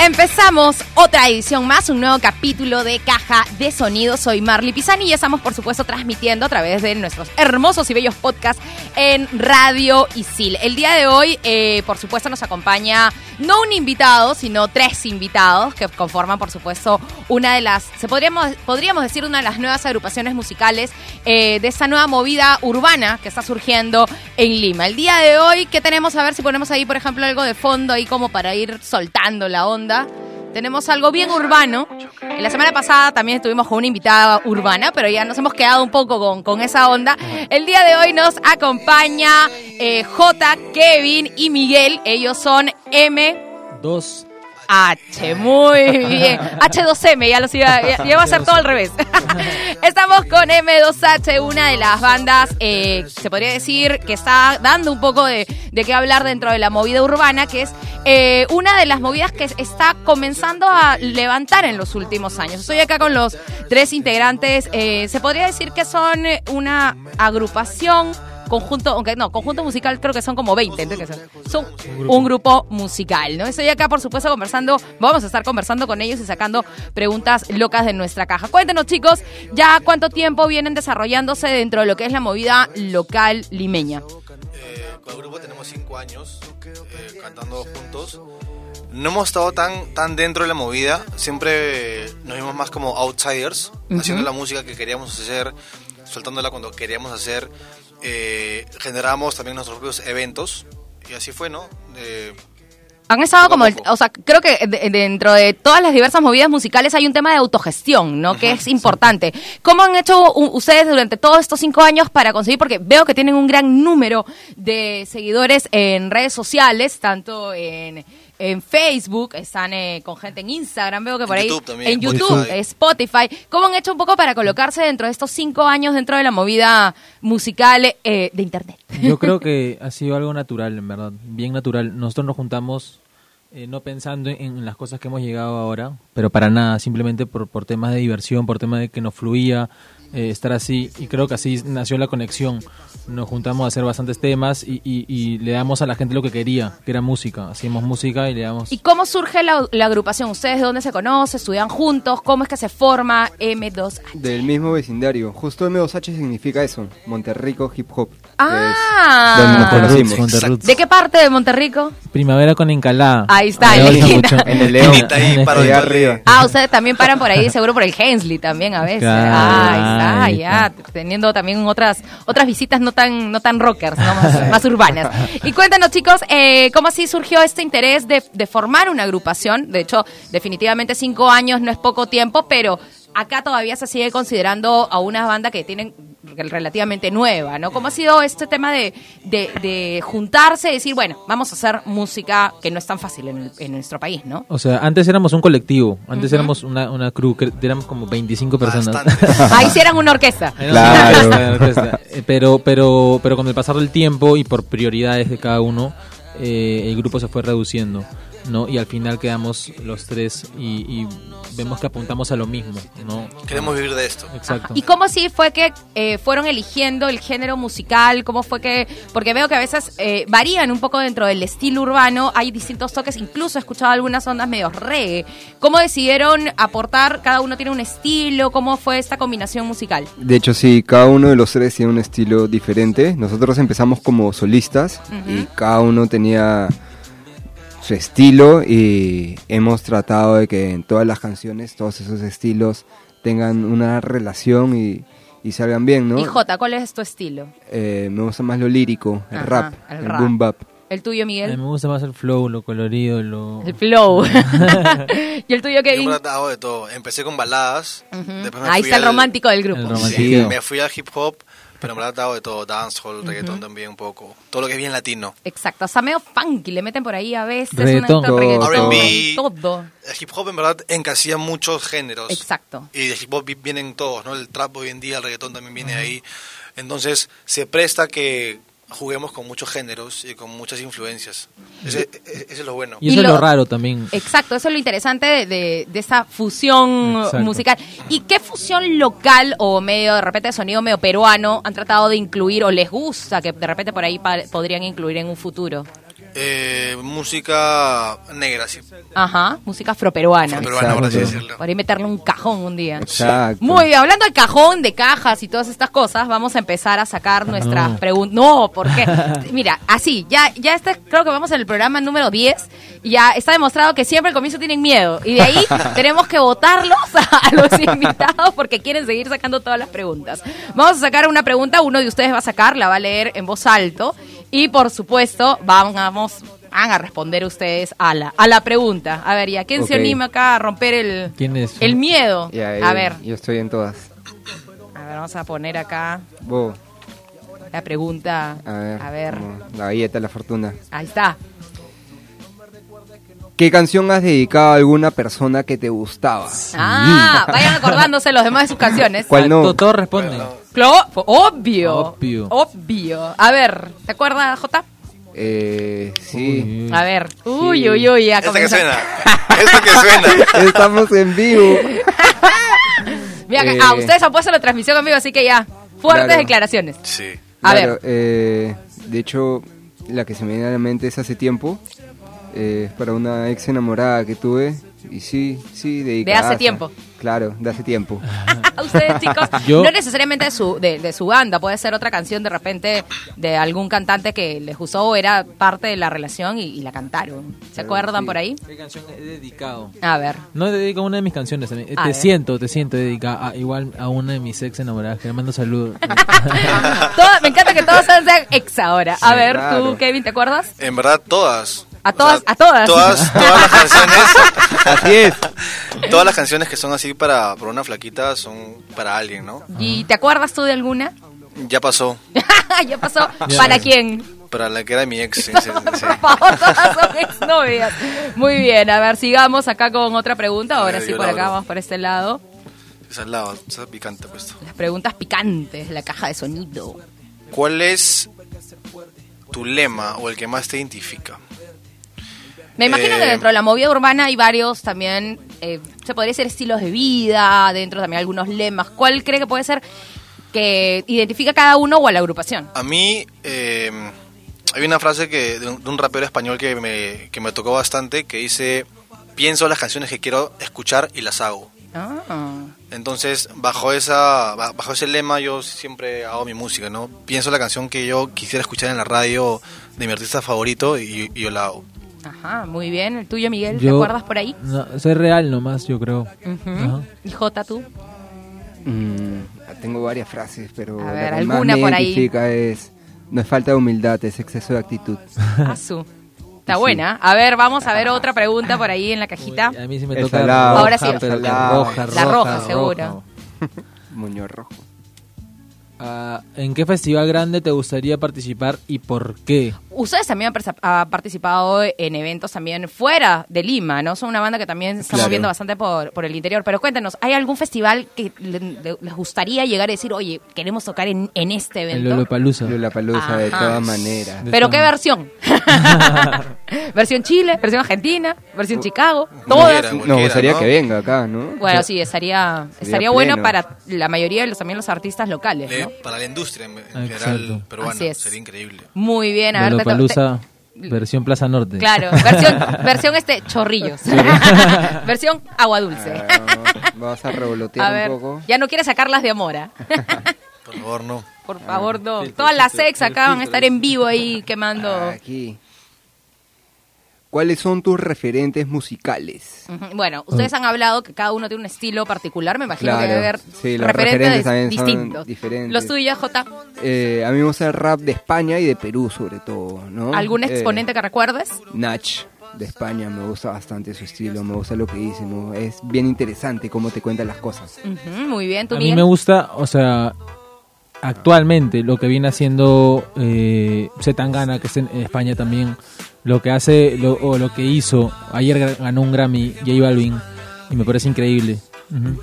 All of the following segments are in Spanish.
Empezamos otra edición más, un nuevo capítulo de Caja de Sonido. Soy Marley Pisani y estamos, por supuesto, transmitiendo a través de nuestros hermosos y bellos podcasts en Radio Isil. El día de hoy, eh, por supuesto, nos acompaña no un invitado, sino tres invitados que conforman, por supuesto, una de las, se podríamos, podríamos decir, una de las nuevas agrupaciones musicales eh, de esta nueva movida urbana que está surgiendo en Lima. El día de hoy, ¿qué tenemos? A ver si ponemos ahí, por ejemplo, algo de fondo ahí como para ir soltando la onda. Tenemos algo bien urbano. En la semana pasada también estuvimos con una invitada urbana, pero ya nos hemos quedado un poco con, con esa onda. El día de hoy nos acompaña eh, J, Kevin y Miguel. Ellos son M. Dos. H, muy bien. H2M, ya los iba, ya, ya iba a ser todo al revés. Estamos con M2H, una de las bandas, eh, se podría decir, que está dando un poco de, de qué hablar dentro de la movida urbana, que es eh, una de las movidas que está comenzando a levantar en los últimos años. Estoy acá con los tres integrantes. eh, se podría decir que son eh, una agrupación. Conjunto, aunque no, conjunto musical creo que son como 20, entonces, son un grupo musical, ¿no? Estoy acá, por supuesto, conversando, vamos a estar conversando con ellos y sacando preguntas locas de nuestra caja. Cuéntenos, chicos, ya cuánto tiempo vienen desarrollándose dentro de lo que es la movida local limeña. Eh, con el grupo tenemos cinco años eh, cantando juntos. No hemos estado tan, tan dentro de la movida, siempre eh, nos vimos más como outsiders, haciendo la música que queríamos hacer, soltándola cuando queríamos hacer. Eh, generamos también nuestros propios eventos y así fue, ¿no? Eh, Han estado Poco a como, el- poco. o sea, creo que de- dentro de todas las diversas movidas musicales hay un tema de autogestión, ¿no? Que es importante. ¿Cómo han hecho u- ustedes durante todos estos cinco años para conseguir? Porque veo que tienen un gran número de seguidores en redes sociales, tanto en, en Facebook, están eh, con gente en Instagram, veo que por ahí YouTube también, en YouTube, Spotify. Spotify. ¿Cómo han hecho un poco para colocarse dentro de estos cinco años dentro de la movida musical eh, de Internet? Yo creo que ha sido algo natural, en verdad, bien natural. Nosotros nos juntamos eh, no pensando en las cosas que hemos llegado ahora, pero para nada, simplemente por, por temas de diversión, por temas de que nos fluía eh, estar así. Y creo que así nació la conexión. Nos juntamos a hacer bastantes temas y, y- y le damos a la gente lo que quería, que era música. Hacíamos música y le damos... ¿Y cómo surge la, la agrupación? ¿Ustedes de dónde se conocen? ¿Estudian juntos? ¿Cómo es que se forma M2H? Del mismo vecindario. Justo M2H significa eso, Monterrico Hip Hop. que es donde nos Ah, Monterrey. conocimos. Monterrey. ¿de qué parte de Monterrico? Primavera con encalada. Ahí está, Ahí en la olía esquina. mucho. En el León. Quinta ahí, para Allá donde- arriba. Ah, ustedes también paran por ahí, seguro por el Hensley también a veces. Claro, ah, ahí ahí está, ya, teniendo también otras otras visitas no tan no tan rockers, ¿no? más, más urbanas. Y cuéntanos, chicos, eh, ¿cómo así surgió este interés de, de formar una agrupación? De hecho, definitivamente cinco años no es poco tiempo, pero acá todavía se sigue considerando a una banda que tienen relativamente nueva, ¿no? ¿Cómo ha sido este tema de, de, de juntarse y decir, bueno, vamos a hacer música que no es tan fácil en, el- en nuestro país, ¿no? O sea, antes éramos un colectivo, antes éramos una, una crew, cre- éramos como 25 personas. Bastantes. Ahí sí eran Ah, una orquesta. Claro. Claro. Eh, pero, pero, pero con el pasar del tiempo y por prioridades de cada uno, eh, el grupo se fue reduciendo, ¿no? Y al final quedamos los tres y, y vemos que apuntamos a lo mismo, ¿no? queremos vivir de esto. Exacto. ¿Y cómo sí fue que eh, fueron eligiendo el género musical? ¿Cómo fue que.? Porque veo que a veces eh, varían un poco dentro del estilo urbano, hay distintos toques, incluso he escuchado algunas ondas medio reggae. ¿Cómo decidieron aportar? Cada uno tiene un estilo, ¿cómo fue esta combinación musical? De hecho, sí, cada uno de los tres tiene un estilo diferente. Nosotros empezamos como solistas y cada uno tenía su estilo y hemos tratado de que en todas las canciones todos esos estilos tengan una relación y, y salgan bien, ¿no? Y Jota, ¿cuál es tu estilo? Eh, me gusta más lo lírico, el Ajá, rap, el el, rap. boom bap. ¿El tuyo, A mí Miguel? me gusta más el flow, lo colorido, lo... El flow. ¿Y el tuyo, Yo Kevin? me he tratado de todo. Empecé con baladas. después me Ahí fui está el al- romántico del grupo. el Sí, romantiqueo. me fui al hip hop, pero me he tratado de todo, dancehall, reggaetón también un poco, todo lo que es bien latino. Exacto, o sea, medio funky, le meten por ahí a veces. Reggaetón. una- reggaetón, R&B. Todo. El hip hop en verdad encasilla muchos géneros. Exacto. Y de hip hop vi- vienen todos, ¿no? El trap hoy en día, el reggaetón también viene ahí. Entonces, se presta que juguemos con muchos géneros y con muchas influencias. Ese, e- ese es lo bueno. Y eso Y es lo- lo raro también. Exacto, eso es lo interesante de, de, de esa fusión Exacto. musical. ¿Y qué fusión local o medio de repente de sonido medio peruano han tratado de incluir o les gusta que de repente por ahí pa- podrían incluir en un futuro? eh, música negra, sí. Ajá, música afroperuana. Pero bueno, por así Exacto. decirlo. Podría meterle un cajón un día. Exacto. Muy bien, hablando de cajón, de cajas y todas estas cosas, vamos a empezar a sacar nuestras preguntas. No, porque, mira, así, ya, ya está, creo que vamos en el programa número 10, y ya está demostrado que siempre al comienzo tienen miedo, y de ahí tenemos que votarlos a, a los invitados porque quieren seguir sacando todas las preguntas. Vamos a sacar una pregunta, uno de ustedes va a sacar, la va a leer en voz alto, y por supuesto, vamos, van a responder ustedes a la, a la pregunta. A ver, ¿y a quién se Ok. anima acá a romper el, ¿Quién es? el miedo? Ya, a eh, ver. Yo estoy en todas. A ver, vamos a poner acá Bo, la pregunta. a ver. como La galleta, la fortuna. Ahí está. ¿Qué canción has dedicado a alguna persona que te gustaba? Ah, vayan acordándose los demás de sus canciones. ¿Cuál no? Todo- Todos responden. Clo- obvio. Obvio. Obvio. A ver, ¿te acuerdas, Jota? Eh, sí. A ver. Uy, Sí. uy, uy, ya Esta que comenzó. suena. Esta que suena. Estamos en vivo. Mira, que- Eh. ah, ustedes han puesto la transmisión conmigo, así que ya. Fuertes Claro. declaraciones. Sí. A Claro, ver. eh, de hecho, la que se me viene a la mente es hace tiempo. eh, para una ex enamorada que tuve. Y sí, sí, dedicada. tiempo. Claro, de hace tiempo. Ah. ustedes, chicos, Yo- no necesariamente de su, de, de su banda, puede ser otra canción de repente de algún cantante que les gustó o era parte de la relación y, y la cantaron. ¿Se acuerdan sí. por ahí? ¿Qué canción he dedicado? A ver. No he dedicado una de mis canciones también. Eh, A te ver. siento, te siento dedicada a- igual a una de mis ex enamoradas que le mando saludos. Todo- me encanta que todos sean sean ex ahora. A Sí, ver, tú, claro. Kevin, ¿te acuerdas? En verdad, todas. A O todas- a todas. Todas, todas las canciones. Así es. Todas las canciones que son así para, para una flaquita son para alguien, ¿no? ¿Y te acuerdas tú de alguna? Ya pasó. ya pasó. Ya. ¿Para quién? Para la que era mi ex. sí, sí, sí. Por favor, todas son exnovias. Muy bien, a ver, sigamos acá con otra pregunta. Ahora Ya, sí, yo por la acá, abro. vamos por este lado. Esa es la esa es picante, pues. Las preguntas picantes, la caja de sonido. ¿Cuál es tu lema o el que más te identifica? Me imagino que Eh, dentro de la movida urbana hay varios también, eh, se podría decir estilos de vida, dentro también algunos lemas. ¿Cuál cree que puede ser que identifica a cada uno o a la agrupación? A mí eh, hay una frase que de un, de un rapero español que me, que me tocó bastante que dice, pienso las canciones que quiero escuchar y las hago. Ah. Entonces, bajo esa ba- bajo ese lema yo siempre hago mi música, ¿no? Pienso la canción que yo quisiera escuchar en la radio de mi artista favorito y, y yo la hago. Ajá, muy bien. El tuyo, Miguel, ¿te Yo- acuerdas por ahí? No, soy real nomás, yo creo. Ujú. Ajá. Y Jota, tú. Mm, tengo varias frases, pero A ver, la que más alguna me por ahí. identifica es no es falta de humildad, es exceso de actitud. Azú. Está buena. A ver, vamos a ver otra pregunta por ahí en la cajita. Uy, a mí sí me El toca salado. roja, Ahora sí. pero que Salado. roja, La roja, roja, seguro. Muñoz rojo. Ah, ¿En qué festival grande te gustaría participar y por qué? Ustedes también han persa- han participado en eventos también fuera de Lima, ¿no? Son una banda que también se está Claro. moviendo bastante por, por el interior. Pero cuéntanos, ¿hay algún festival que le- le- les gustaría llegar a decir, oye, queremos tocar en, en este El evento? Lollapalooza. La palusa de Ajá. todas maneras. ¿Pero qué versión? ¿Versión Chile? ¿Versión Argentina? ¿Versión Chicago? Cualquiera, ¿Todas? güey. Nos gustaría ¿no? que venga acá, ¿no? Bueno, sí, estaría, estaría Sería bueno pleno. para la mayoría de los, también los artistas locales, Le- ¿no? Para la industria en, en Exacto. general peruana, Así es. sería increíble. Muy bien, a ver, te- Lollapalooza, te- versión Plaza te- Norte. Claro, versión, versión este, chorrillos. versión agua dulce. Ah, Vamos a A revolotear ver, un poco. ya no quiere sacarlas de Amora. Por favor, no. Por favor, no. Todas las ex acá van a estar en vivo ahí quemando. Aquí. ¿Cuáles son tus referentes musicales? Ujú. Bueno, ustedes han hablado que cada uno tiene un estilo particular, me imagino que Claro, debe haber sí, los referentes, referentes también son distintos. diferentes. Los tuyos, Jota, Eh, a mí me gusta el rap de España y de Perú, sobre todo, ¿no? ¿algún Eh, exponente que recuerdes? Nach de España, me gusta bastante su estilo, me gusta lo que dice, ¿no? es bien interesante cómo te cuentan las cosas. Ujú, muy bien, tú A mí Miguel? me gusta, o sea, actualmente lo que viene haciendo eh, Zetangana, que es en España también, lo que hace lo, o lo que hizo, ayer gra- ganó un Grammy J Balvin y me parece increíble. Ujú.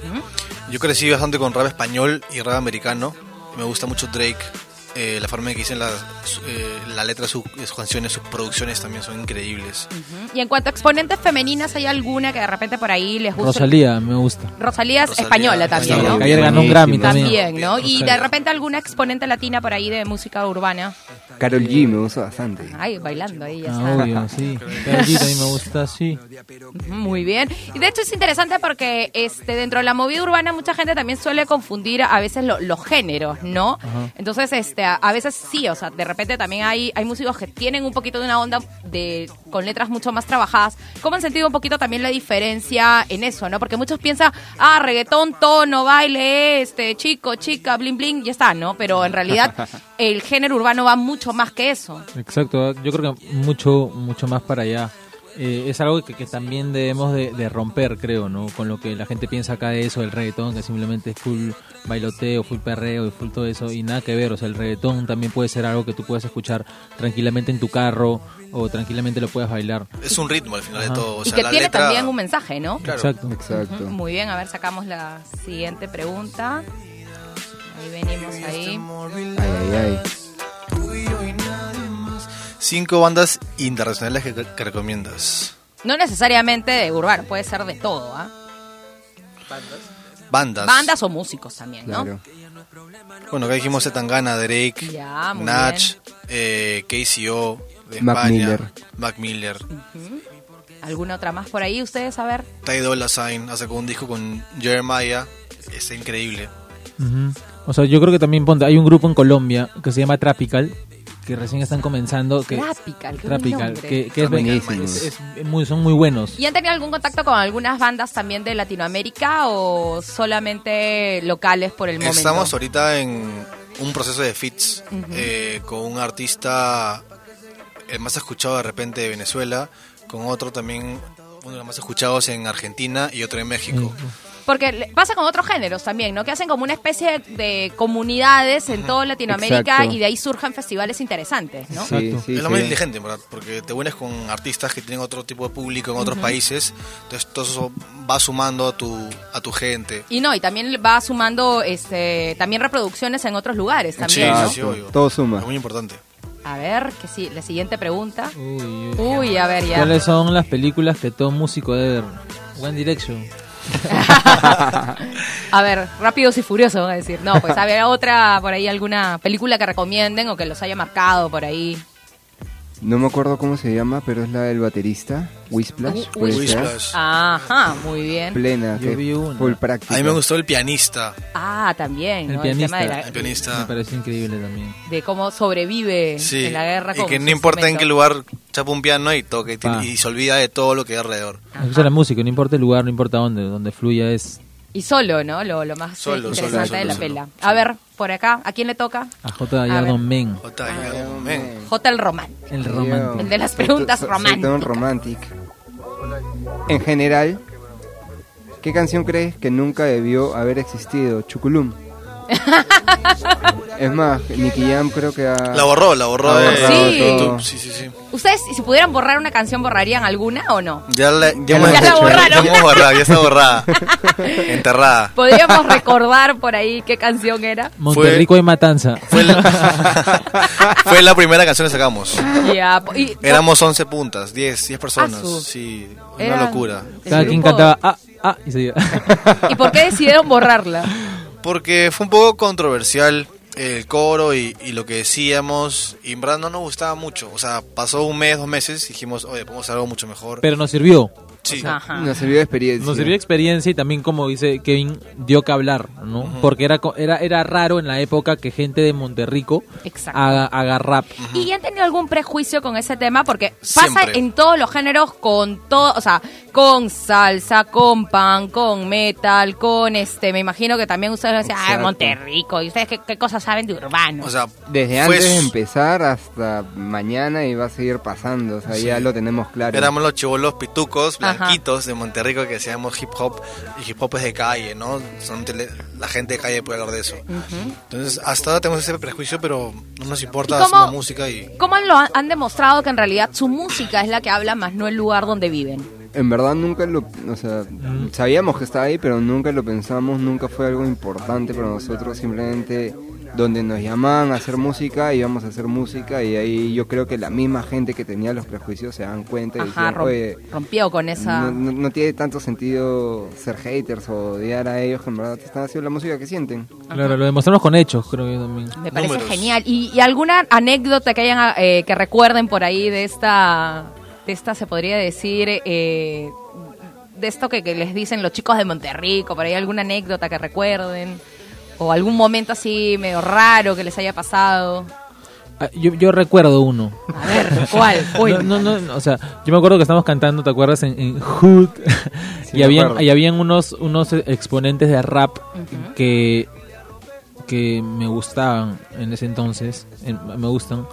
Yo crecí bastante con rap español y rap americano. Me gusta mucho Drake. eh, la forma en que dicen las, eh, la letra de sus, de sus canciones, sus producciones también son increíbles. Y en cuanto a exponentes femeninas, ¿hay alguna que de repente por ahí les gusta? Rosalía, me gusta. Rosalía es Rosalía, española está también, bien, ¿no? ¿no? Ayer ganó un Grammy también. También, ¿no? Y de Rosalía. repente alguna exponente latina por ahí de música urbana. Carol G me gusta bastante. Ay, bailando ahí ya Ah, está. obvio, sí. Pero sí, también me gusta, sí. Ujú, Muy bien. Y de hecho es interesante porque este dentro de la movida urbana mucha gente también suele confundir a veces lo- los géneros, ¿no? Entonces, este a, a veces sí, o sea, de repente también hay, hay músicos que tienen un poquito de una onda de con letras mucho más trabajadas. ¿Cómo han sentido un poquito también la diferencia en eso, no? Porque muchos piensan, ah, reggaetón, tono, baile, este, chico, chica, bling bling, ya está, ¿no? Pero en realidad el género urbano va mucho más que eso. Exacto, yo creo que mucho, mucho más para allá. Eh, es algo que, que también debemos de, de romper, creo, ¿no? Con lo que la gente piensa acá de eso, del reggaetón, que simplemente es full bailoteo, full perreo y full todo eso, y nada que ver. O sea, el reggaetón también puede ser algo que tú puedas escuchar tranquilamente en tu carro o tranquilamente lo puedas bailar. Es un ritmo al final de todo. o Y sea, que la tiene letra- también un mensaje, ¿no? Claro. Exacto. Exacto. Muy bien, a ver, sacamos la siguiente pregunta. Ahí venimos este ahí. Ay, ay, ay. Cinco bandas internacionales que, que recomiendas. No necesariamente de urbano, puede ser de todo, ¿ah? Bandas. Bandas o músicos también, ¿no? Claro. Bueno, acá dijimos Zetangana, Drake, Ya, muy Natch, eh, KCO, de Mac España, Miller. Mac Miller, ¿Alguna otra más por ahí? Ustedes, a ver. Ty Dolla Sign, ha sacado un disco con Jeremiah, está increíble. Ujú. O sea, yo creo que también ponte, hay un grupo en Colombia que se llama Trapical, que recién están comenzando. Que, Trapical, qué buen Trapical, nombre. que, que es, Buenísimo. es- es muy, son muy buenos. ¿Y han tenido algún contacto con algunas bandas también de Latinoamérica o solamente locales por el momento? Estamos ahorita en un proceso de fits eh, con un artista el más escuchado de repente de Venezuela, con otro también uno de los más escuchados en Argentina y otro en México. Porque le- pasa con otros géneros también, ¿no? Que hacen como una especie de de comunidades en toda Latinoamérica Exacto. y de ahí surjan festivales interesantes, ¿no? Sí, Exacto. sí, es lo más sí. inteligente, ¿verdad? Porque te unes con artistas que tienen otro tipo de público en otros países, entonces todo eso va sumando a tu, a tu gente. Y no, y también va sumando este también reproducciones en otros lugares también, Sí, ¿no? sí, sí, Exacto. obvio. Todo suma. Es muy importante. A ver, que sí, la siguiente pregunta. Uy, uy. Uy, a ver ya. ¿Cuáles son las películas que todo músico debe ver? One Direction. A ver, rápidos y furiosos van a decir. No, pues a ver otra por ahí alguna película que recomienden o que los haya marcado por ahí. No me acuerdo cómo se llama, pero es la del baterista. Uh, Whisplash. Whi- puede ser. Whisplash. Ajá, muy bien. Plena. Yo que vi una. Full práctica. A mí me gustó el pianista. Ah, también, El ¿no? pianista. El tema de, la- El pianista. Me parece increíble también. de cómo sobrevive Sí. en la guerra y con que su no importa en instrumento. qué lugar chapa un piano y toca y, tiene- Pa. y se olvida de todo lo que hay alrededor. Escucha la música, no importa el lugar, no importa dónde, donde fluya es Y solo, ¿no? Lo, lo más eh, Solo, solo, interesante solo, de la solo. pela. A ver, por acá, ¿a quién le toca? a J. Gallardo ver. Men, Jota, ya, men. J. el Román. el romántico. El de las preguntas románticas. En general, ¿qué canción crees que nunca debió haber existido? Chuculum. es más, Nicky Jam creo que ha... La borró, la borró La de borró de todo. YouTube. Sí, sí, sí. ¿Ustedes, si pudieran borrar una canción, borrarían alguna o no? Ya la, Ya hemos- la ya borraron. hemos borrado, ya está borrada. Enterrada. ¿Podríamos recordar por ahí qué canción era? Monterrico hay matanza. Fue la, fue la primera canción que sacamos. Ya, po- y- Éramos 11 puntas, 10, 10 personas. Ah, su. Sí, una era locura. el Cada quien grupo- cantaba ah, ah y se iba. ¿Y por qué decidieron borrarla? Porque fue un poco controversial el coro y, y lo que decíamos. Y en verdad no nos gustaba mucho. O sea, pasó un mes, dos meses. Dijimos, oye, podemos hacer algo mucho mejor. Pero nos sirvió. sí, Ajá. Nos sirvió de experiencia. Nos sirvió de experiencia y también como dice Kevin dio que hablar, ¿no? Porque era co- era era raro en la época que gente de Monterrico Exacto. haga, haga rap. ¿Y han tenido algún prejuicio con ese tema? Porque pasa Siempre. en todos los géneros, con todo, o sea, con salsa, con pan, con metal, con este, me imagino que también ustedes decían, ah, Exacto. Monterrico, ¿y ustedes qué, qué cosas saben de urbano? O sea, Desde fue antes de su- empezar hasta mañana y va a seguir pasando. O sea, ya lo tenemos claro. Éramos los chivolos pitucos, Ajá. blanquitos de Monterrico que hacíamos hip hop. Y hip hop es de calle, ¿no? Solamente le- la gente de calle puede hablar de eso. Entonces, hasta ahora tenemos ese prejuicio, pero no nos importa, ¿Y cómo- hacemos música y. ¿Cómo lo han, han demostrado que en realidad su música es la que habla más, no el lugar donde viven? En verdad nunca lo, o sea, sabíamos que estaba ahí, pero nunca lo pensamos, nunca fue algo importante para nosotros, simplemente donde nos llamaban a hacer música, íbamos a hacer música y ahí yo creo que la misma gente que tenía los prejuicios se dan cuenta y Ajá, decían, rom- "Oye, rompió con esa... no, no- no tiene tanto sentido ser haters o odiar a ellos que en verdad te están haciendo la música que sienten. Claro, lo demostramos con hechos, creo que también. Me parece Números. genial. ¿Y, y alguna anécdota que hayan eh, que recuerden por ahí de esta, de esta se podría decir, eh, de esto que, que les dicen los chicos de Monterrico, por ahí alguna anécdota que recuerden o algún momento así medio raro que les haya pasado. Ah, Yo, yo recuerdo uno. A ver, ¿cuál? Uy. No, no, no, no, o sea, yo me acuerdo que estábamos cantando, ¿te acuerdas? En, en Hood. Sí, y, me habían, acuerdo. y habían unos, unos exponentes de rap que, que me gustaban en ese entonces, en- me gustan.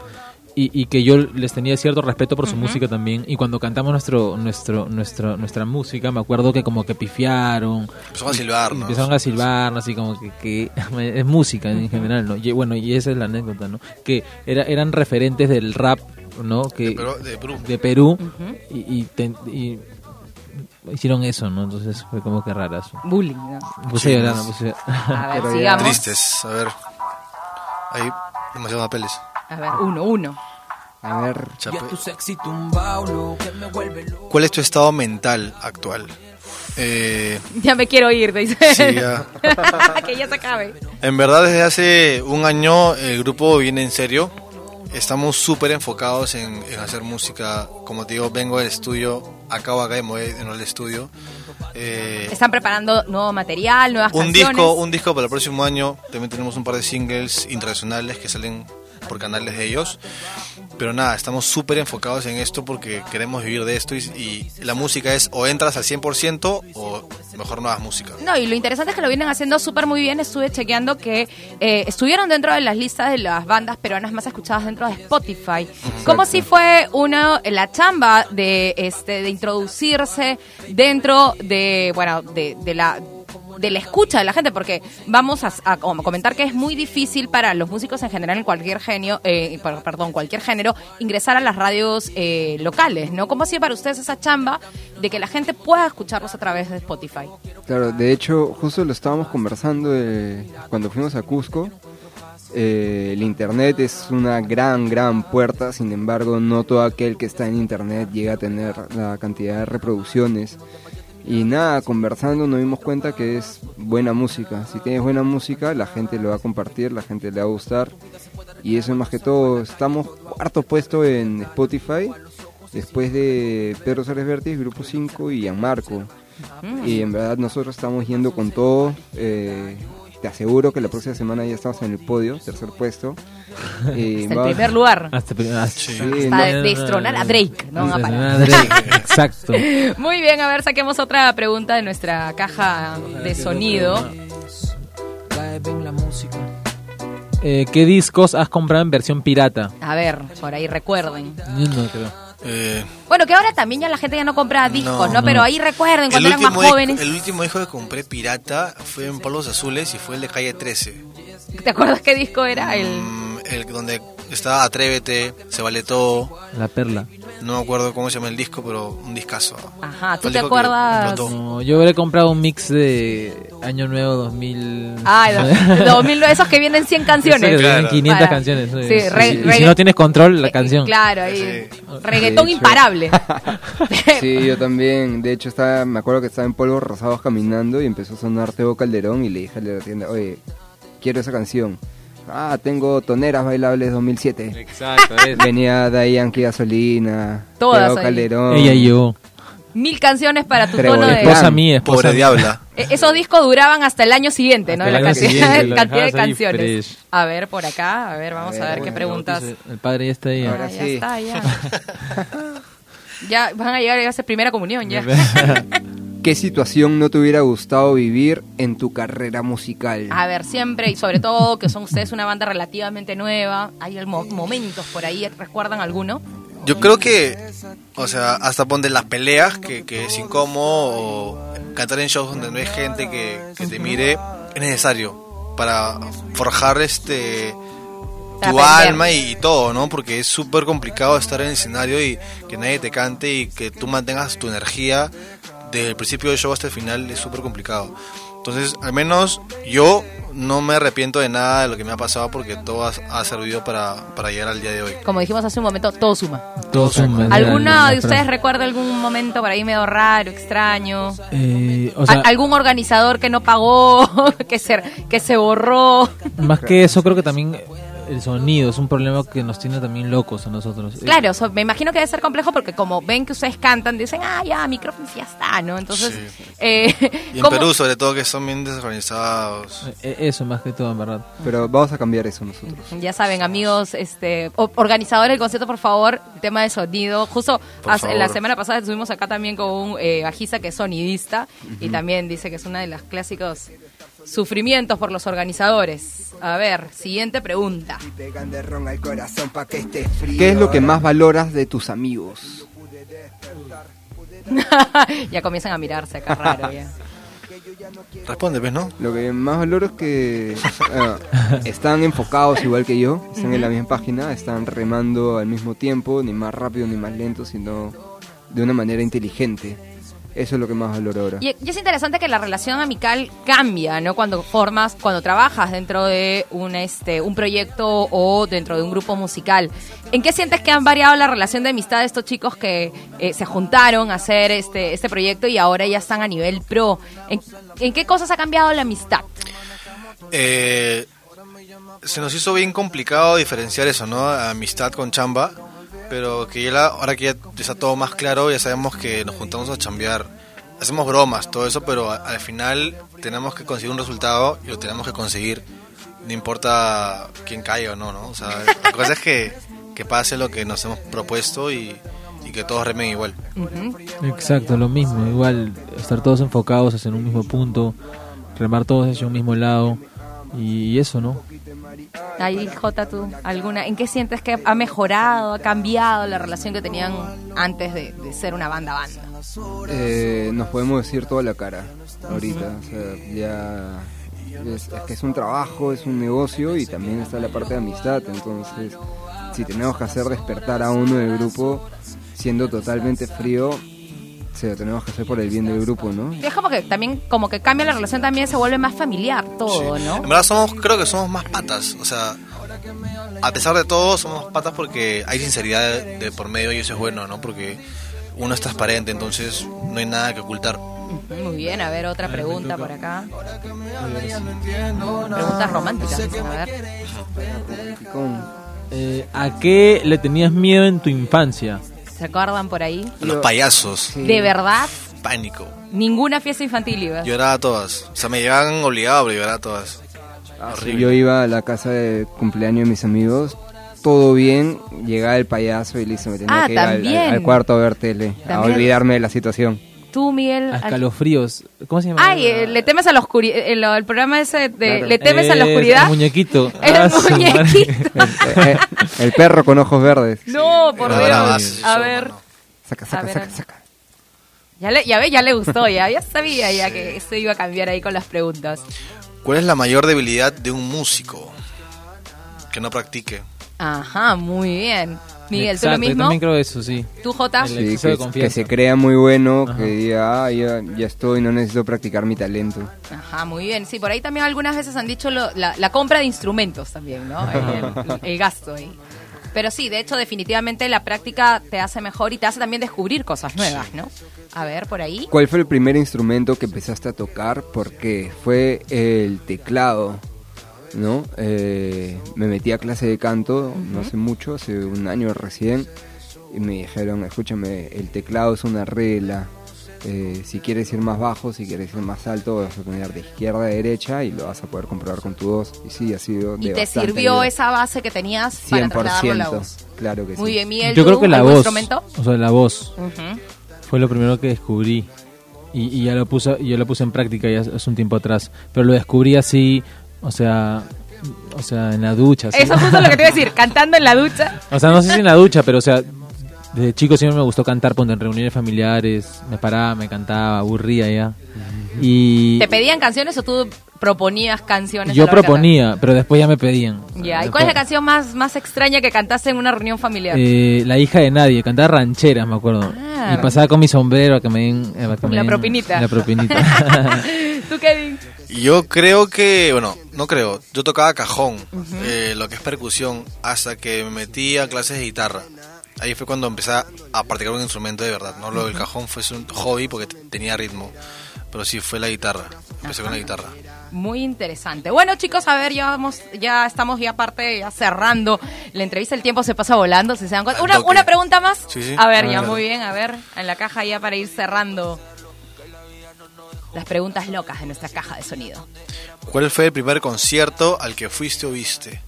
Y, y que yo les tenía cierto respeto por su música también. Y cuando cantamos nuestro, nuestro, nuestro, nuestra música, me acuerdo que como que pifiaron. Empezó a silbarnos. Empezaron a silbarnos así como que, que- es música en general, ¿no? Y bueno, y esa es la anécdota, ¿no? Que era, eran referentes del rap, ¿no? Que, De Perú- de Perú. de Perú, y, y ten- y hicieron eso, ¿no? Entonces fue como que rarazo. Bullying. ¿no? Puse a llorar, me puse a- A ver, sigamos. Tristes, a ver. Hay demasiados papeles. A ver, uno, uno. A ver, Chape. ¿Cuál es tu estado mental actual? Eh, Ya me quiero ir, dice. Sí, ya. que ya se acabe. En verdad, desde hace un año el grupo viene en serio. Estamos súper enfocados en, en hacer música. Como te digo, vengo del estudio, acabo acá y me voy en el estudio. Eh, Están preparando nuevo material, nuevas un canciones. disco, un disco para el próximo año. También tenemos un par de singles internacionales que salen por canales de ellos. Pero nada, estamos súper enfocados en esto porque queremos vivir de esto y, y la música es o entras al 100% o mejor no hagas música. No, y lo interesante es que lo vienen haciendo súper muy bien. Estuve chequeando que eh, estuvieron dentro de las listas de las bandas peruanas más escuchadas dentro de Spotify. Como si fue una la chamba de este de introducirse dentro de bueno de, de la de la escucha de la gente, porque vamos a, a com- comentar que es muy difícil para los músicos en general, en cualquier genio, eh, per- perdón, cualquier género, ingresar a las radios eh, locales, ¿no? ¿Cómo ha sido para ustedes esa chamba de que la gente pueda escucharlos a través de Spotify? Claro, de hecho, justo lo estábamos conversando eh, cuando fuimos a Cusco. Eh, el Internet es una gran, gran puerta, sin embargo, no todo aquel que está en Internet llega a tener la cantidad de reproducciones. Y nada, conversando nos dimos cuenta que es buena música. Si tienes buena música, la gente lo va a compartir, la gente le va a gustar. Y eso es más que todo. Estamos cuarto puesto en Spotify, después de Pedro Sárez Vértiz, Grupo 5 y Gianmarco. Y en verdad nosotros estamos yendo con todo. eh, te aseguro que la próxima semana ya estamos en el podio, tercer puesto. Y En va- primer lugar. hasta ah, pri- hasta- Sí, Hasta no- destronar a Drake. No van a hasta- parar. Drake, Exacto. Muy bien, a ver, saquemos otra pregunta de nuestra caja de sonido. Eh, ¿Qué discos has comprado en versión pirata? A ver, por ahí recuerden. Yo no creo. Eh, Bueno, que ahora también ya la gente ya no compra discos, ¿no? No. Pero ahí recuerden el, cuando eran más último disco, jóvenes. el último disco que compré pirata fue en Palos Azules y fue el de Calle 13. ¿Te acuerdas qué disco era? El... Mm, el donde estaba Atrévete, Se Vale Todo. La perla. No me acuerdo cómo se llama el disco, pero un discazo. Ajá, ¿tú Fue el te disco que acuerdas? explotó. No, yo habré comprado un mix de Año Nuevo 2000. Ay, do- 2009, esos que vienen 100 Sí, Ah, canciones. que tienen Claro. 500 Para- canciones. sí, sí, sí, re- sí. Y regga- eh, si no tienes control, la canción. Claro, ahí. Sí. Reggaetón Sí, sí. imparable. Sí, yo también. De hecho, estaba, me acuerdo que estaba en polvos rosados caminando y empezó a sonar Teo Calderón y le dije al de la tienda, oye, quiero esa canción. Ah, tengo Toneras Bailables 2007. Exacto, Venía Dayan Gasolina, Todas Teo ahí. Calderón. Ella y yo. Mil canciones para tu Trébol. tono de... Esposa mía, esposa Pobre mía. diabla. Eh, Esos discos duraban hasta el año siguiente, ¿no? Hasta el la año cantidad, siguiente, lo cantidad de dejabas ahí canciones. fresh. A ver, por acá, a ver, vamos a ver, ver, qué bueno, preguntas. Entonces, El padre ya está ahí. Ah, Ahora ya sí. está, ya. Ya van a llegar a hacer primera comunión, ya. ¿Qué situación no te hubiera gustado vivir en tu carrera musical? A ver, siempre y sobre todo que son ustedes una banda relativamente nueva, hay mo- momentos por ahí, ¿recuerdan alguno? Yo creo que, o sea, hasta ponte las peleas, que, que es incómodo, o cantar en shows donde no hay gente que, que te mire, es necesario para forjar este Para tu aprender. alma y, y todo, ¿no? Porque es súper complicado estar en el escenario y que nadie te cante y que tú mantengas tu energía desde el principio del show hasta el final es súper complicado. Entonces, al menos yo no me arrepiento de nada de lo que me ha pasado porque todo ha, ha servido para, para llegar al día de hoy. Como dijimos hace un momento, todo suma. Todos son maneras ¿Alguno de mostrar. ustedes recuerda algún momento por ahí medio raro, extraño? Eh, o sea, Al- ¿Algún organizador que no pagó, que se, que se borró? más que eso, creo que también el sonido es un problema que nos tiene también locos a nosotros. Eh, Claro, so- me imagino que debe ser complejo porque como ven que ustedes cantan, dicen, ah, ya, micrófonos ya está, ¿no? Entonces, Sí. eh, Y en ¿cómo- Perú, sobre todo, que son bien desorganizados. eh, Eso más que todo, en verdad. Pero vamos a cambiar eso nosotros. Ya saben, amigos, este, o- organizadores del concierto, por favor, el tema de sonido. Justo Por hace- la favor. semana pasada estuvimos acá también con un eh, bajista que es sonidista y también dice que es uno de los clásicos sufrimientos por los organizadores. A ver, siguiente pregunta. ¿Qué es lo que más valoras de tus amigos? ya comienzan a mirarse acá raro. ya. Responde, pues, ¿no? Lo que más valoro es que ah, están enfocados igual que yo, están en la misma página, están remando al mismo tiempo, ni más rápido ni más lento, sino de una manera inteligente. Eso es lo que más valoro ahora. Y, y es interesante que la relación amical cambia, ¿no? Cuando formas, cuando trabajas dentro de un este un proyecto o dentro de un grupo musical. ¿En qué sientes que han variado la relación de amistad de estos chicos que eh, se juntaron a hacer este este proyecto y ahora ya están a nivel pro? ¿En, en qué cosas ha cambiado la amistad? Eh, se nos hizo bien complicado diferenciar eso, ¿no? Amistad con chamba, pero que ya la- ahora que ya está todo más claro, ya sabemos que nos juntamos a chambear, hacemos bromas, todo eso, pero a- al final tenemos que conseguir un resultado y lo tenemos que conseguir, no importa quién caiga o no, ¿no? O sea, la cosa es que, que pase lo que nos hemos propuesto y, y que todos remen igual. Ujú. Exacto, lo mismo. Igual, estar todos enfocados hacia un mismo punto, remar todos hacia un mismo lado. Y eso, ¿no? Ahí, Jota, tú, alguna, ¿en qué sientes que ha mejorado, ha cambiado la relación que tenían antes de, de ser una banda banda? Eh, nos podemos decir toda la cara ahorita. o sea, ya es, es que es un trabajo, es un negocio y también está la parte de amistad. Entonces, si tenemos que hacer despertar a uno del grupo siendo totalmente frío, se lo tenemos que hacer por el bien del grupo, ¿no? Es como que también, como que cambia la relación, también se vuelve más familiar todo, Sí. En ¿no? verdad somos, creo que somos más patas. O sea, a pesar de todo, somos patas porque hay sinceridad de, de por medio y eso es bueno, ¿no? Porque uno es transparente, entonces no hay nada que ocultar. Muy bien, a ver, otra pregunta por acá. Preguntas románticas, a ver. Con- Eh, ¿A qué le tenías miedo en tu infancia? ¿Se acuerdan por ahí? Los payasos, De verdad, pánico. ninguna fiesta infantil iba. Lloraba a todas. O sea, me llevaban obligado, pero lloraba a todas. Horrible. Ah, Yo iba a la casa de cumpleaños de mis amigos, todo bien, llegaba el payaso y listo, me tenía Ah, que ir al- al- también. al, cuarto a ver tele, a También. olvidarme de la situación. Tú, Miguel. A al- escalofríos. ¿Cómo se llama? Ay, eh, le temes a la oscuridad. El, el programa ese de Claro. Le temes a la Es Eh, el oscuridad. muñequito. El Ah, su madre. muñequito. Eh, eh, el perro con ojos verdes. No, por Era bravazo Dios. ese A show, ver. mano. Saca, A saca, ver, a saca, ver. saca. Ya, le, ya ve, ya le gustó, ya, ya sabía ya que esto iba a cambiar ahí con las preguntas. ¿Cuál es la mayor debilidad de un músico? Que no practique. Ajá, muy bien. Miguel, Exacto, ¿tú lo Yo mismo? también creo eso, sí. ¿Tú, Jota? El Sí, exceso de que, que confianza. se crea muy bueno, que diga, ah, ya, ya estoy, no necesito practicar mi talento. Ajá, muy bien. Sí, por ahí también algunas veces han dicho lo- la, la compra de instrumentos también, ¿no? El, el- el gasto ahí. Pero sí, de hecho, definitivamente la práctica te hace mejor y te hace también descubrir cosas nuevas, ¿no? A ver, por ahí. ¿Cuál fue el primer instrumento que empezaste a tocar? Porque fue el teclado, ¿no? Eh, me metí a clase de canto no hace mucho, hace un año recién, y me dijeron, escúchame, el teclado es una regla. eh, si quieres ir más bajo, si quieres ir más alto, vas a poner de izquierda a derecha y lo vas a poder comprobar con tu voz. Y sí, ha sido Y de te bastante sirvió ayuda. esa base que tenías para trasladarlo a la voz. Claro que sí. Muy bien, Miguel. Yo ¿tú creo que la algún voz. instrumento? O sea, la voz Ujú. fue lo primero que descubrí. Y, y ya lo puse y ya lo puse en práctica ya hace hace un tiempo atrás. Pero lo descubrí así, o sea, o sea, en la ducha. así. Eso es justo lo que te iba a decir, cantando en la ducha. O sea, no sé si en la ducha, pero o sea, desde chico siempre me gustó cantar cuando en reuniones familiares me paraba, me cantaba, aburría ya. Y ¿Te pedían canciones o tú proponías canciones? a yo la hora de proponía, pero después ya me pedían. cantar? Ya, ¿y cuál es la Después- canción más, más extraña que cantaste en una reunión familiar? Eh, la hija de nadie, cantaba rancheras, me acuerdo. Ah. Y pasaba con mi sombrero a eh, que me den... a que me La den propinita. La propinita. ¿Tú, Kevin? Yo creo que, bueno, no creo, yo tocaba cajón, eh, lo que es percusión, hasta que me metí a clases de guitarra. Ahí fue cuando empecé a practicar un instrumento de verdad, ¿no? Lo del cajón fue un hobby porque t- tenía ritmo, pero sí fue la guitarra, empecé con la guitarra. Muy interesante. Bueno, chicos, a ver, ya vamos, ya estamos ya aparte, ya cerrando la entrevista. El tiempo se pasa volando, si se dan cuenta. Al Una, toque. una pregunta más. Sí, sí. A ver, A ya ver. muy bien, a ver, en la caja ya para ir cerrando. Las preguntas locas de nuestra caja de sonido. ¿Cuál fue el primer concierto al que fuiste o viste?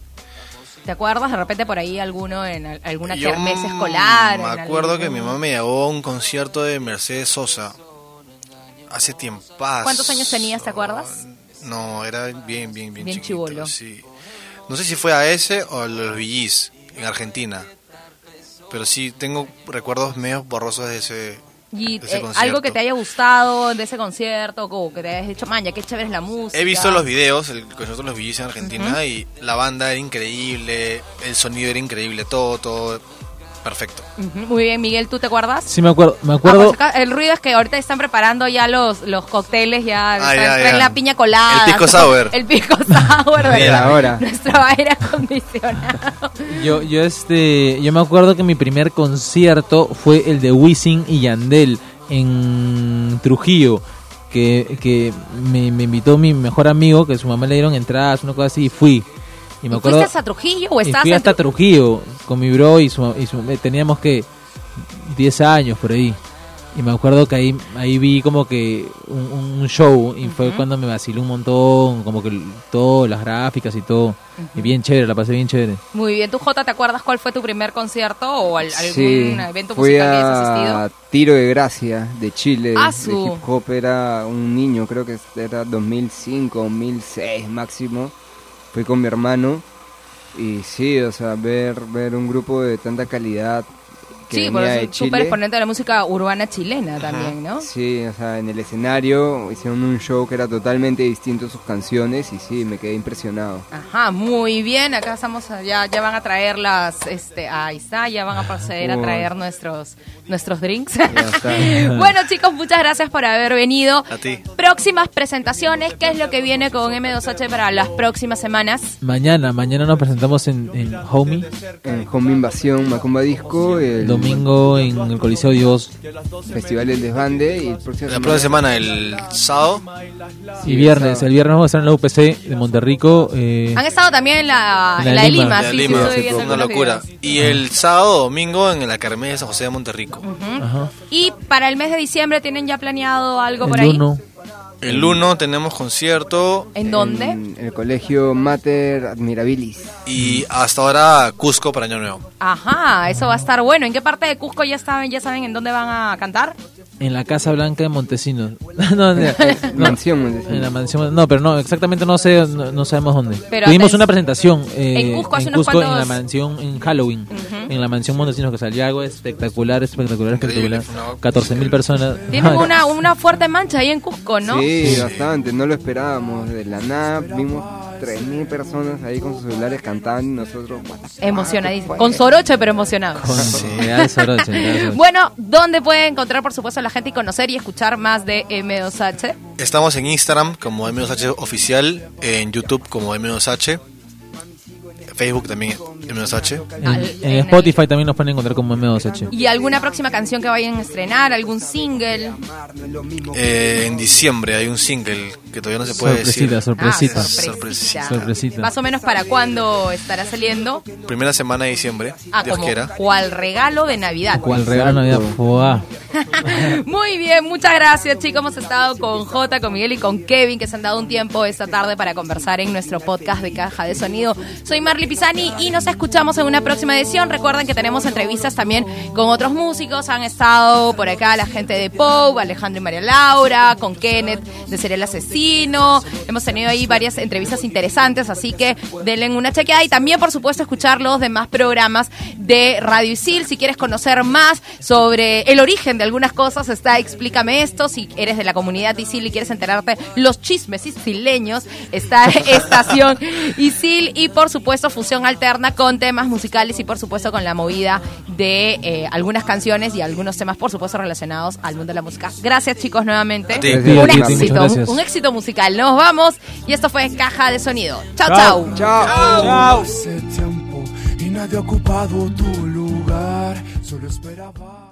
¿Te acuerdas de repente por ahí alguno en al- alguna Yo kermés m- escolar? Me en acuerdo que mi algún- mamá me llevó a un concierto de Mercedes Sosa hace tiempo. ¿Cuántos años tenías, te acuerdas? No, era bien, bien, bien, Bien chiquito, chivolo. Sí. No sé si fue a ese o a los VGs en Argentina. Pero sí, tengo recuerdos medio borrosos de ese. Y de ese eh, algo concierto. que te haya gustado de ese concierto, como que te hayas dicho, man, ya qué chévere es la música. He visto los videos, el concierto de los VGs en Argentina, y la banda era increíble, el sonido era increíble, todo, todo perfecto. Ujú, Muy bien, Miguel, ¿tú te acuerdas? Sí, me acuerdo. Me Ah, por acuerdo. si acaso, el ruido es que ahorita están preparando ya los, los cócteles, ya, Ah, están- ya, traen ya. la piña colada. El pisco sour. El pisco sour de Mira, la- ahora. Nuestro aire acondicionado. Yo, yo, este, yo me acuerdo que mi primer concierto fue el de Wisin y Yandel en Trujillo. Que, que me, me invitó mi mejor amigo, que su mamá le dieron entradas, una cosa así, y fui. Y me acuerdo. ¿Fuiste a Trujillo o y estás fui en hasta Tru- Trujillo con mi bro y su, y su- eh, teníamos que 10 años por ahí. Y me acuerdo que ahí, ahí vi como que un, un- un show y fue cuando me vaciló un montón, como que todas las gráficas y todo. Y bien chévere, la pasé bien chévere. Muy bien, tú Jota, ¿te acuerdas cuál fue tu primer concierto o al- algún Sí, evento fui musical que hayas a asistido? Tiro de Gracia de Chile, Ah, de su. hip hop, era un niño, creo que era 2005, 2006 máximo. Fui con mi hermano y sí, o sea, ver, ver un grupo de tanta calidad que Sí, venía porque es de un Chile. súper exponente de la música urbana chilena también, ¿no? Sí, o sea, en el escenario hicieron un show que era totalmente distinto a sus canciones y sí, me quedé impresionado. Ajá, muy bien. Acá estamos, ya, ya van a traer las, este, ahí está, ya van a proceder a Uy. traer nuestros, nuestros drinks. está. bueno, chicos, muchas gracias por haber venido. A ti. Próximas presentaciones, ¿qué es lo que viene con M2H para las próximas semanas? Mañana, mañana nos presentamos en, en Homie, En Home Eh, Invasión, Macumba Disco, el el domingo en el Coliseo Dios Festival del Desbande y el próximo La próxima semana, el sábado, y viernes. El viernes vamos a estar en la UPC de Monterrico. eh, Han estado también en la, La en la de Lima, Lima. de sí, Lima, sí, estoy viendo una algunos locura. videos. Y el sábado, domingo, en la Carmen de San José de Monterrico. Ah, ajá. Y para el mes de diciembre, ¿tienen ya planeado algo por El ahí? 1. El 1 tenemos concierto ¿En dónde? En el colegio Mater Admirabilis. y hasta ahora Cusco para Año Nuevo. Ajá, eso va a estar bueno. ¿En qué parte de Cusco ya saben, ya saben en dónde van a cantar? En la Casa Blanca de Montesinos. no, no, no. Mansión, me decían. En la mansión, no, pero no, exactamente no sé, no, no sabemos dónde. Pero Tuvimos hasta- una presentación eh, en Cusco hace unos en cuantos- la mansión, en Halloween, en la mansión Montesinos que salió algo espectacular, espectacular, Increíble, espectacular. ¿no? pues, 14 mil personas. Tienen una, una fuerte mancha ahí en Cusco, ¿no? Sí, bastante, no lo esperábamos. De la nada vimos 3.000 personas ahí con sus celulares cantando y nosotros... what the fuck, Emocionadísimo. ¿qué fue? Con soroche, pero emocionado. Con- real soroche, real soroche. Bueno, ¿dónde puede encontrar, por supuesto, la gente y conocer y escuchar más de M2H? Estamos en Instagram como M2H Oficial, en YouTube como M2H, Facebook también M2H. En, en Spotify también nos pueden encontrar como M2H. ¿Y alguna próxima canción que vayan a estrenar? ¿Algún single? Eh, en diciembre hay un single que todavía no se puede Sorpresita, decir. sorpresita. Ah, Sorpresita. Sorpresita. Más o menos para cuándo estará saliendo. Primera semana de diciembre, Ah, Dios como quiera. cual regalo de Navidad. Cual regalo de Navidad. ah. Fuá. Muy bien, muchas gracias chicos. Hemos estado con Jota, con Miguel y con Kevin que se han dado un tiempo esta tarde para conversar en nuestro podcast de Caja de Sonido. Soy Marley Pisani y nos escuchamos en una próxima edición. Recuerden que tenemos entrevistas también con otros músicos. Han estado por acá la gente de Pope, Alejandro y María Laura, con Kenneth de Ser el Asesino. Hemos tenido ahí varias entrevistas interesantes, así que denle una chequeada y también por supuesto escuchar los demás programas de Radio Isil. Si quieres conocer más sobre el origen de algunas cosas, está Explícame esto. Si eres de la comunidad Isil y quieres enterarte los chismes isileños, está Estación Isil y por supuesto Fusión Alterna con temas musicales y por supuesto con la movida de eh, algunas canciones y algunos temas por supuesto relacionados al mundo de la música. Gracias chicos nuevamente. A ti. Un Gracias, muchas éxito, gracias. un éxito musical. Nos vamos y esto fue Caja de Sonido. Chao, Chao. chao. Chao. Chao. Hace tiempo y nadie ha ocupado tu lugar. Solo esperaba.